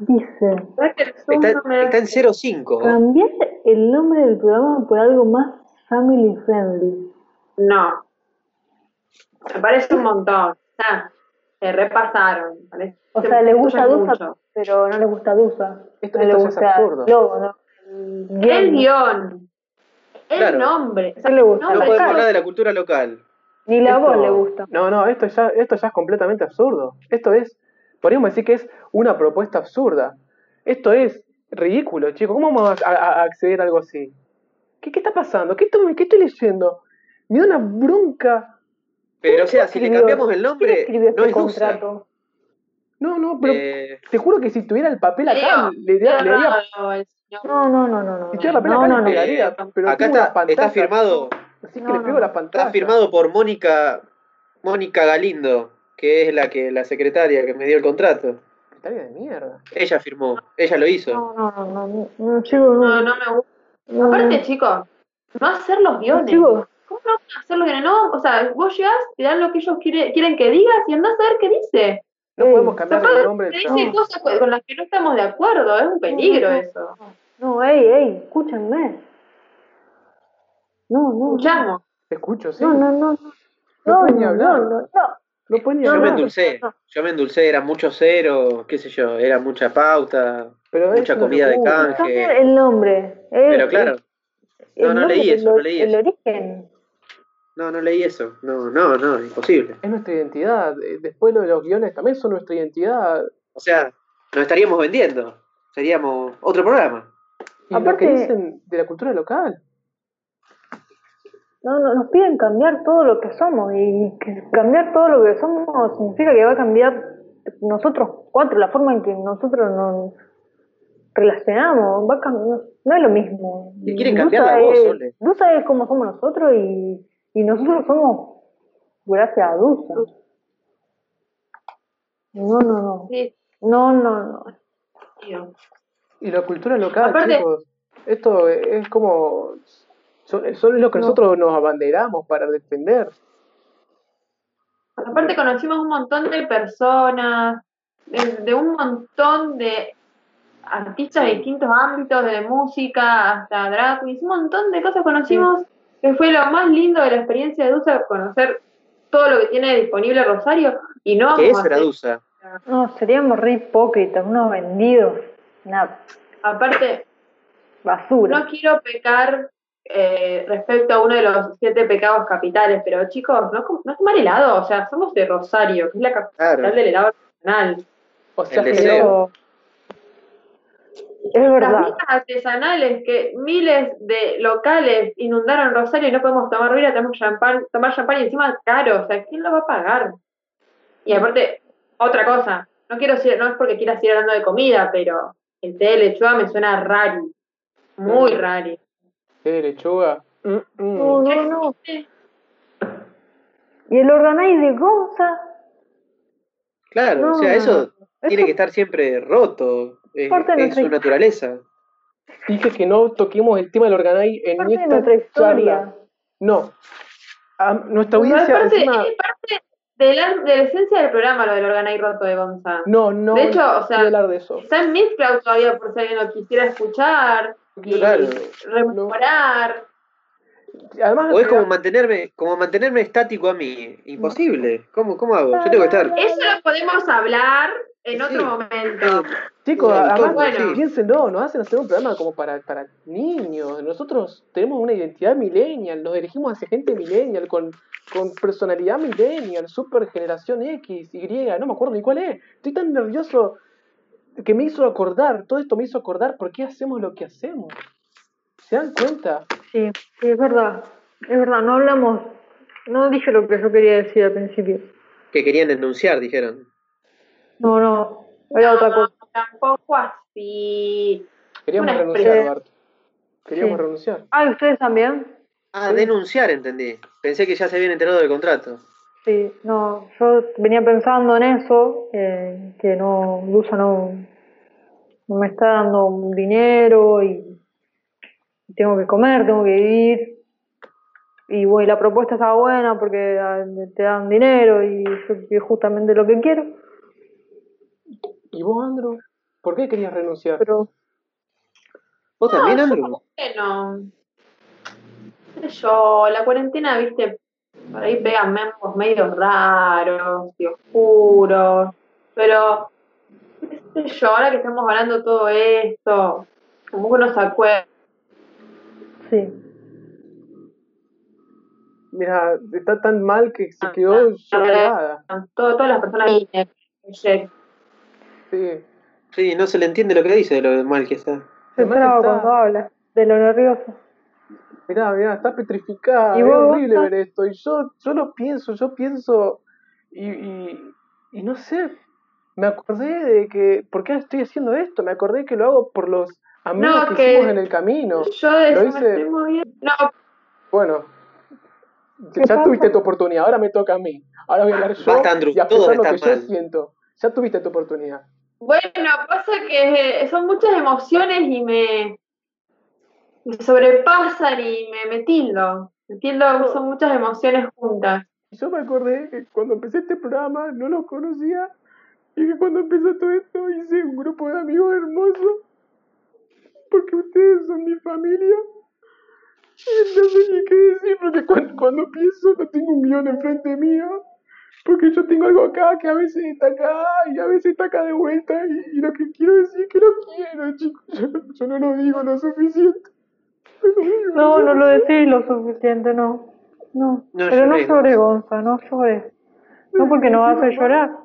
[SPEAKER 6] Dice.
[SPEAKER 8] ¿sabes que el Zoom
[SPEAKER 7] Está,
[SPEAKER 8] no me da-
[SPEAKER 7] está en 0,5.
[SPEAKER 6] Cambiar el nombre del programa por algo más family friendly.
[SPEAKER 8] No. Me parece un montón. Ah, se repasaron. me parece
[SPEAKER 6] O sea, les gusta
[SPEAKER 8] mucho.
[SPEAKER 6] Dusa, pero no les gusta Dusa.
[SPEAKER 5] Esto-
[SPEAKER 6] no les
[SPEAKER 5] esto es
[SPEAKER 6] gusta
[SPEAKER 5] absurdo.
[SPEAKER 6] Lobo, ¿no? El
[SPEAKER 8] El
[SPEAKER 6] guión.
[SPEAKER 8] guión. El
[SPEAKER 7] Claro.
[SPEAKER 8] nombre. O sea,
[SPEAKER 6] No le gusta.
[SPEAKER 8] no,
[SPEAKER 7] No
[SPEAKER 8] me
[SPEAKER 7] podemos
[SPEAKER 8] cago.
[SPEAKER 7] hablar de la cultura local.
[SPEAKER 6] Ni la
[SPEAKER 5] Esto-
[SPEAKER 6] voz le gusta.
[SPEAKER 5] No, no, esto ya, esto ya es completamente absurdo. Esto es, podríamos decir que es una propuesta absurda. Esto es ridículo, chicos. ¿Cómo vamos a, a- a acceder a algo así? ¿Qué, qué está pasando? ¿Qué estoy, qué estoy leyendo? Me da una bronca.
[SPEAKER 7] Pero, o sea, si le
[SPEAKER 6] escribió?
[SPEAKER 7] cambiamos el
[SPEAKER 6] ¿Quién
[SPEAKER 7] nombre,
[SPEAKER 6] escribió
[SPEAKER 7] no
[SPEAKER 6] este
[SPEAKER 7] es Dusa.
[SPEAKER 6] contrato?
[SPEAKER 5] No, no, pero
[SPEAKER 7] Eh,
[SPEAKER 5] te juro que si tuviera el papel acá,
[SPEAKER 8] Leo,
[SPEAKER 5] le, daría- le daría-
[SPEAKER 8] Cerrado, el señor.
[SPEAKER 6] No, no, no, no, no.
[SPEAKER 5] si tuviera el papel
[SPEAKER 6] Ah. No,
[SPEAKER 5] acá,
[SPEAKER 6] no,
[SPEAKER 5] le
[SPEAKER 6] no.
[SPEAKER 5] pegaría,
[SPEAKER 7] Eh,
[SPEAKER 5] pero
[SPEAKER 7] acá
[SPEAKER 5] tengo una
[SPEAKER 7] está, está
[SPEAKER 5] pantalla,
[SPEAKER 7] firmado.
[SPEAKER 5] Así que
[SPEAKER 6] No,
[SPEAKER 5] le
[SPEAKER 6] no,
[SPEAKER 5] pego la
[SPEAKER 6] no.
[SPEAKER 5] pantalla.
[SPEAKER 7] Está firmado por Mónica. Mónica Galindo, que es la que la secretaria que me dio el contrato.
[SPEAKER 5] Secretaria de mierda.
[SPEAKER 7] Ella firmó, ella lo hizo.
[SPEAKER 6] No, no, no, no, no, no, chicos,
[SPEAKER 8] No,
[SPEAKER 6] no,
[SPEAKER 8] no me gusta.
[SPEAKER 6] no,
[SPEAKER 8] Aparte, chicos, no hacer los
[SPEAKER 6] no,
[SPEAKER 8] guiones.
[SPEAKER 6] chicos,
[SPEAKER 8] ¿Cómo no van a hacer los guiones? No, o sea, vos llegas, te dan lo que ellos quiere- quieren que digas y andás a ver qué dice.
[SPEAKER 5] No
[SPEAKER 6] Ey,
[SPEAKER 5] podemos cambiar
[SPEAKER 8] capaz
[SPEAKER 5] el nombre
[SPEAKER 8] Te
[SPEAKER 5] del
[SPEAKER 8] dicen
[SPEAKER 5] programa.
[SPEAKER 8] cosas con con las que no estamos de acuerdo, es un peligro
[SPEAKER 6] no, no.
[SPEAKER 8] eso.
[SPEAKER 6] no, ey, ey, escúchenme. No, no, no,
[SPEAKER 8] Escuchamos.
[SPEAKER 5] Te escucho, sí.
[SPEAKER 6] no, no, no,
[SPEAKER 5] No
[SPEAKER 6] no,
[SPEAKER 5] pueden ni
[SPEAKER 6] no,
[SPEAKER 5] hablar.
[SPEAKER 6] no, no, no.
[SPEAKER 5] No pueden ni
[SPEAKER 6] No,
[SPEAKER 7] yo me
[SPEAKER 5] hablar.
[SPEAKER 6] no.
[SPEAKER 7] endulcé, yo me endulcé, era mucho cero, qué sé yo, era mucha pauta,
[SPEAKER 5] Pero es
[SPEAKER 7] mucha
[SPEAKER 5] una
[SPEAKER 7] comida de
[SPEAKER 5] locura.
[SPEAKER 7] canje.
[SPEAKER 6] Cambiar el nombre. este, El,
[SPEAKER 7] Pero claro,
[SPEAKER 6] eh. el
[SPEAKER 7] no, no
[SPEAKER 6] nombre
[SPEAKER 7] leí
[SPEAKER 6] del
[SPEAKER 7] eso, no
[SPEAKER 6] or-
[SPEAKER 7] leí
[SPEAKER 6] El
[SPEAKER 7] eso.
[SPEAKER 6] origen.
[SPEAKER 7] no, no leí eso, no, no, no, imposible.
[SPEAKER 5] Es nuestra identidad. Eh, Después lo de los guiones también son nuestra identidad.
[SPEAKER 7] O sea, nos estaríamos vendiendo, seríamos otro programa.
[SPEAKER 5] Y
[SPEAKER 6] Aparte-
[SPEAKER 5] lo que dicen de la cultura local.
[SPEAKER 6] No, no, nos piden cambiar todo lo que somos y que cambiar todo lo que somos significa que va a cambiar nosotros cuatro, la forma en que nosotros nos relacionamos, va a cambiar, no es lo mismo.
[SPEAKER 7] Y quieren cambiar la voz,
[SPEAKER 6] es,
[SPEAKER 7] Sole.
[SPEAKER 6] Dusa es como somos nosotros y, y nosotros somos gracias a Dusa. No, no, no.
[SPEAKER 8] Sí,
[SPEAKER 6] No, no, no.
[SPEAKER 8] tío.
[SPEAKER 5] Y la cultura local,
[SPEAKER 8] Aparte-
[SPEAKER 5] chicos. Esto es como. Son, son lo que
[SPEAKER 6] No.
[SPEAKER 5] nosotros nos abanderamos para defender.
[SPEAKER 8] Aparte conocimos un montón de personas, de, de un montón de artistas de distintos ámbitos, de música hasta drag queens, un montón de cosas conocimos, que fue lo más lindo de la experiencia de Dusa, conocer todo lo que tiene disponible Rosario, y no
[SPEAKER 7] Que
[SPEAKER 8] vamos
[SPEAKER 7] es
[SPEAKER 8] a hacer-
[SPEAKER 6] eh.
[SPEAKER 7] Gradusa.
[SPEAKER 6] No, seríamos re hipócritas, unos vendidos, una
[SPEAKER 8] aparte,
[SPEAKER 6] basura.
[SPEAKER 8] no quiero pecar eh, respecto a uno de los siete pecados capitales, pero chicos, no, com- no tomar helado, o sea, somos de Rosario, que es la capital
[SPEAKER 7] Claro.
[SPEAKER 8] del helado artesanal.
[SPEAKER 5] O sea,
[SPEAKER 7] El deseo.
[SPEAKER 6] Pero- Es
[SPEAKER 8] Las
[SPEAKER 6] verdad.
[SPEAKER 8] vidas artesanales que miles de locales inundaron Rosario y no podemos tomar birra, tenemos champán, tomar champán y encima caro, o sea, ¿quién lo va a pagar? Y aparte, otra cosa, no quiero decir, no es porque quiera seguir hablando de comida, pero el té de lechuga me suena raro, muy
[SPEAKER 5] Mm.
[SPEAKER 8] raro.
[SPEAKER 5] té de Eh, lechuga. Mm, mm.
[SPEAKER 6] No, no, no. Y el organize de Gonza.
[SPEAKER 7] Claro, o sea,
[SPEAKER 6] No.
[SPEAKER 7] eso tiene
[SPEAKER 6] Eso-
[SPEAKER 7] que estar siempre roto. Es,
[SPEAKER 6] Parte de
[SPEAKER 7] es su
[SPEAKER 6] nuestra-
[SPEAKER 7] naturaleza.
[SPEAKER 5] Dije que no toquemos el tema del Organize en
[SPEAKER 6] parte de
[SPEAKER 5] esta
[SPEAKER 6] nuestra historia.
[SPEAKER 5] charla. No. A nuestra
[SPEAKER 8] No, es
[SPEAKER 5] audiencia
[SPEAKER 8] parte,
[SPEAKER 5] encima-
[SPEAKER 8] es parte de, la, de la esencia del programa lo del organi roto de Gonzalo.
[SPEAKER 5] No, no.
[SPEAKER 8] de hecho,
[SPEAKER 5] no
[SPEAKER 8] o sea,
[SPEAKER 5] quiero hablar de eso.
[SPEAKER 8] Está en Mixcloud todavía por si alguien lo quisiera escuchar y
[SPEAKER 7] Claro.
[SPEAKER 8] rememorar.
[SPEAKER 5] Además,
[SPEAKER 7] O es como mantenerme, como mantenerme estático a mí. Imposible. ¿Cómo, cómo hago? Yo tengo que estar.
[SPEAKER 8] Eso lo podemos hablar en
[SPEAKER 7] Sí.
[SPEAKER 8] otro momento.
[SPEAKER 5] chicos,
[SPEAKER 7] Sí,
[SPEAKER 5] además,
[SPEAKER 8] bueno.
[SPEAKER 5] piénsenlo, nos hacen hacer un programa como para, para niños. Nosotros tenemos una identidad millennial, nos dirigimos hacia gente millennial, con, con personalidad millennial, super generación X, Y, no me acuerdo ni cuál es. Estoy tan nervioso que me hizo acordar, todo esto me hizo acordar por qué hacemos lo que hacemos. ¿Se dan cuenta?
[SPEAKER 6] Sí, sí, es verdad. Es verdad, no hablamos. No dije lo que yo quería decir al principio.
[SPEAKER 7] Que querían denunciar, dijeron.
[SPEAKER 6] No, no. Era otra cosa.
[SPEAKER 8] No, tampoco así.
[SPEAKER 5] Queríamos
[SPEAKER 8] Una
[SPEAKER 5] renunciar,
[SPEAKER 6] expresión.
[SPEAKER 5] Bart. Queríamos
[SPEAKER 6] Sí.
[SPEAKER 5] renunciar.
[SPEAKER 6] Ah, ¿y ustedes también?
[SPEAKER 7] Ah, denunciar, entendí. Pensé que ya se habían enterado del contrato.
[SPEAKER 6] Sí, no. Yo venía pensando en eso, eh, que no, Lusa no, no me está dando dinero y tengo que comer, tengo que vivir. Y bueno, y la propuesta estaba buena porque ah, te dan dinero y yo quiero justamente lo que quiero.
[SPEAKER 5] ¿Y vos, Andrew? ¿Por qué querías renunciar?
[SPEAKER 6] Pero
[SPEAKER 7] ¿Vos también,
[SPEAKER 8] yo-
[SPEAKER 7] Andrew?
[SPEAKER 8] Bueno, qué sé yo, la cuarentena, viste, por ahí pegan memos medios raros y oscuros. Pero, qué sé yo, ahora que estamos hablando todo esto, como que uno se acuerda.
[SPEAKER 6] sí,
[SPEAKER 5] Mira, está tan mal que
[SPEAKER 6] Ah,
[SPEAKER 5] se quedó chocada.
[SPEAKER 8] Todo- todas las personas ahí en el proyecto.
[SPEAKER 5] Sí.
[SPEAKER 7] Sí, no se le entiende lo que dice de lo mal que está.
[SPEAKER 6] se
[SPEAKER 5] Además
[SPEAKER 6] traba
[SPEAKER 5] está-
[SPEAKER 6] cuando habla, de lo nervioso.
[SPEAKER 5] Mirá, mirá, está petrificada.
[SPEAKER 6] ¿Y
[SPEAKER 5] es
[SPEAKER 6] vos,
[SPEAKER 5] horrible
[SPEAKER 6] Gonza?
[SPEAKER 5] ver esto. Y yo, yo lo pienso, yo pienso. Y, y, y no sé. Me acordé de que. ¿Por qué estoy haciendo esto? Me acordé que lo hago por los amigos
[SPEAKER 8] No,
[SPEAKER 5] que,
[SPEAKER 8] que-
[SPEAKER 5] hicimos en el camino.
[SPEAKER 8] Yo de
[SPEAKER 5] Lo
[SPEAKER 8] eso
[SPEAKER 5] hice-
[SPEAKER 8] me estoy moviendo. No,
[SPEAKER 5] Bueno. Ya
[SPEAKER 6] ¿Qué pasa?
[SPEAKER 5] tuviste tu oportunidad, ahora me toca a mí. Ahora voy a hablar yo
[SPEAKER 7] Basta, Andrew,
[SPEAKER 5] y a
[SPEAKER 7] todos
[SPEAKER 5] pesar lo que
[SPEAKER 7] están
[SPEAKER 5] yo
[SPEAKER 7] mal.
[SPEAKER 5] siento. Ya tuviste tu oportunidad.
[SPEAKER 8] Bueno, pasa que son muchas emociones y me, me sobrepasan y me, me tildo. Me tildo, son muchas emociones juntas.
[SPEAKER 5] Y yo me acordé que cuando empecé este programa no los conocía y que cuando empezó todo esto hice un grupo de amigos hermosos porque ustedes son mi familia. Y no sé ni qué decir porque cuando, cuando pienso no tengo un guión enfrente mío. Porque yo tengo algo acá que a veces está acá y a veces está acá de vuelta y, y lo que quiero decir es que lo quiero, chicos. Yo, yo no lo digo lo suficiente.
[SPEAKER 6] No, no lo decís lo suficiente, no. No,
[SPEAKER 7] No
[SPEAKER 6] pero no
[SPEAKER 7] lloré,
[SPEAKER 6] sobre Gonza, no llores. No porque nos hace llorar.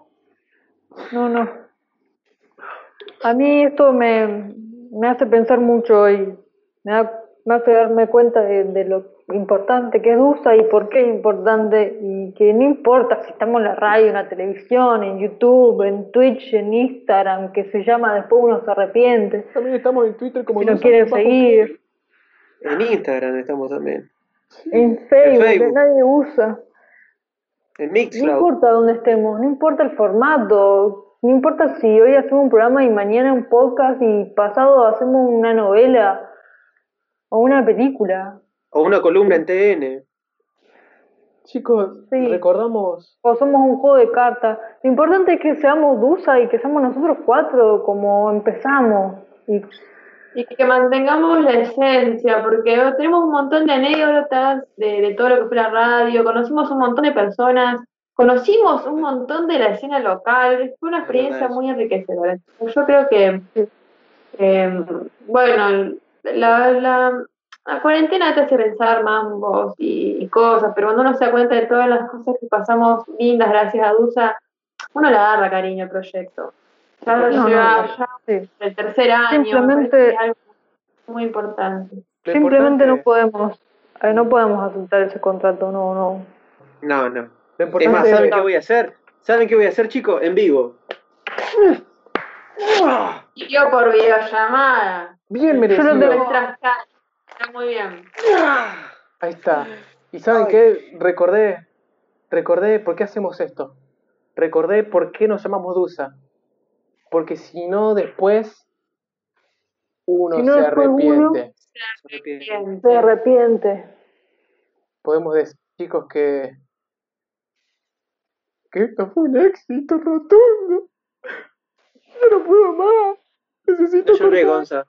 [SPEAKER 6] No, no. A mí esto me, me hace pensar mucho y me, da- me hace darme cuenta de, de lo importante que es USA y por qué es importante y que no importa si estamos en la radio, en la televisión, en YouTube, en Twitch, en Instagram, que se llama después uno se arrepiente,
[SPEAKER 5] También estamos en Twitter como
[SPEAKER 6] si no
[SPEAKER 5] dos
[SPEAKER 6] quiere
[SPEAKER 5] años bajo-
[SPEAKER 6] seguir.
[SPEAKER 7] En Instagram estamos también.
[SPEAKER 6] En Facebook, que
[SPEAKER 7] Facebook.
[SPEAKER 6] nadie usa.
[SPEAKER 7] En
[SPEAKER 6] No
[SPEAKER 7] Mixcloud.
[SPEAKER 6] importa dónde estemos, no importa el formato, no importa si hoy hacemos un programa y mañana un podcast y pasado hacemos una novela o una película.
[SPEAKER 7] O una columna en TN.
[SPEAKER 5] Chicos,
[SPEAKER 6] Sí.
[SPEAKER 5] recordamos
[SPEAKER 6] O somos un juego de cartas. Lo importante es que seamos Dusa y que seamos nosotros cuatro como empezamos. Y
[SPEAKER 8] Y que mantengamos la esencia, porque tenemos un montón de anécdotas de, de todo lo que fue la radio, conocimos un montón de personas, conocimos un montón de la escena local, fue una
[SPEAKER 7] Es
[SPEAKER 8] experiencia
[SPEAKER 7] verdad eso.
[SPEAKER 8] muy enriquecedora. Yo creo que, eh, bueno, la, la, la cuarentena te hace pensar mambos y, y cosas, pero cuando uno se da cuenta de todas las cosas que pasamos lindas gracias a Dusa, uno le agarra cariño al proyecto. Ya lo
[SPEAKER 6] No, no,
[SPEAKER 8] lleva
[SPEAKER 6] no.
[SPEAKER 8] ya
[SPEAKER 6] Sí.
[SPEAKER 8] el tercer año. me
[SPEAKER 6] Simplemente-
[SPEAKER 8] parece que es algo muy importante.
[SPEAKER 5] Lo
[SPEAKER 6] Simplemente
[SPEAKER 5] importante-
[SPEAKER 6] no podemos, eh, no podemos aceptar ese contrato, no, no.
[SPEAKER 7] No, no.
[SPEAKER 5] Lo
[SPEAKER 7] Es más,
[SPEAKER 5] importante
[SPEAKER 7] ¿saben
[SPEAKER 5] es,
[SPEAKER 7] qué voy a hacer? ¿Saben qué voy a hacer, chicos? En vivo.
[SPEAKER 8] Y yo por videollamada.
[SPEAKER 5] bien
[SPEAKER 6] Yo no
[SPEAKER 5] merecido.
[SPEAKER 6] tengo-
[SPEAKER 8] Nuestras caras. Está muy bien.
[SPEAKER 5] Ahí está. ¿Y saben qué? Recordé, recordé por qué hacemos esto. Recordé por qué nos llamamos Dusa. Porque si no, después uno
[SPEAKER 6] Si no,
[SPEAKER 5] se
[SPEAKER 6] después uno-
[SPEAKER 5] arrepiente.
[SPEAKER 8] Bien.
[SPEAKER 6] Se arrepiente.
[SPEAKER 5] Podemos decir, chicos, que. que esto fue un éxito rotundo. Yo no puedo más. Necesito.
[SPEAKER 7] No lloré,
[SPEAKER 5] cortar.
[SPEAKER 7] Gonza.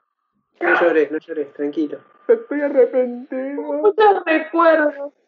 [SPEAKER 7] No lloré, no lloré, tranquilo.
[SPEAKER 5] Estoy arrepentido.
[SPEAKER 8] Muchos recuerdos.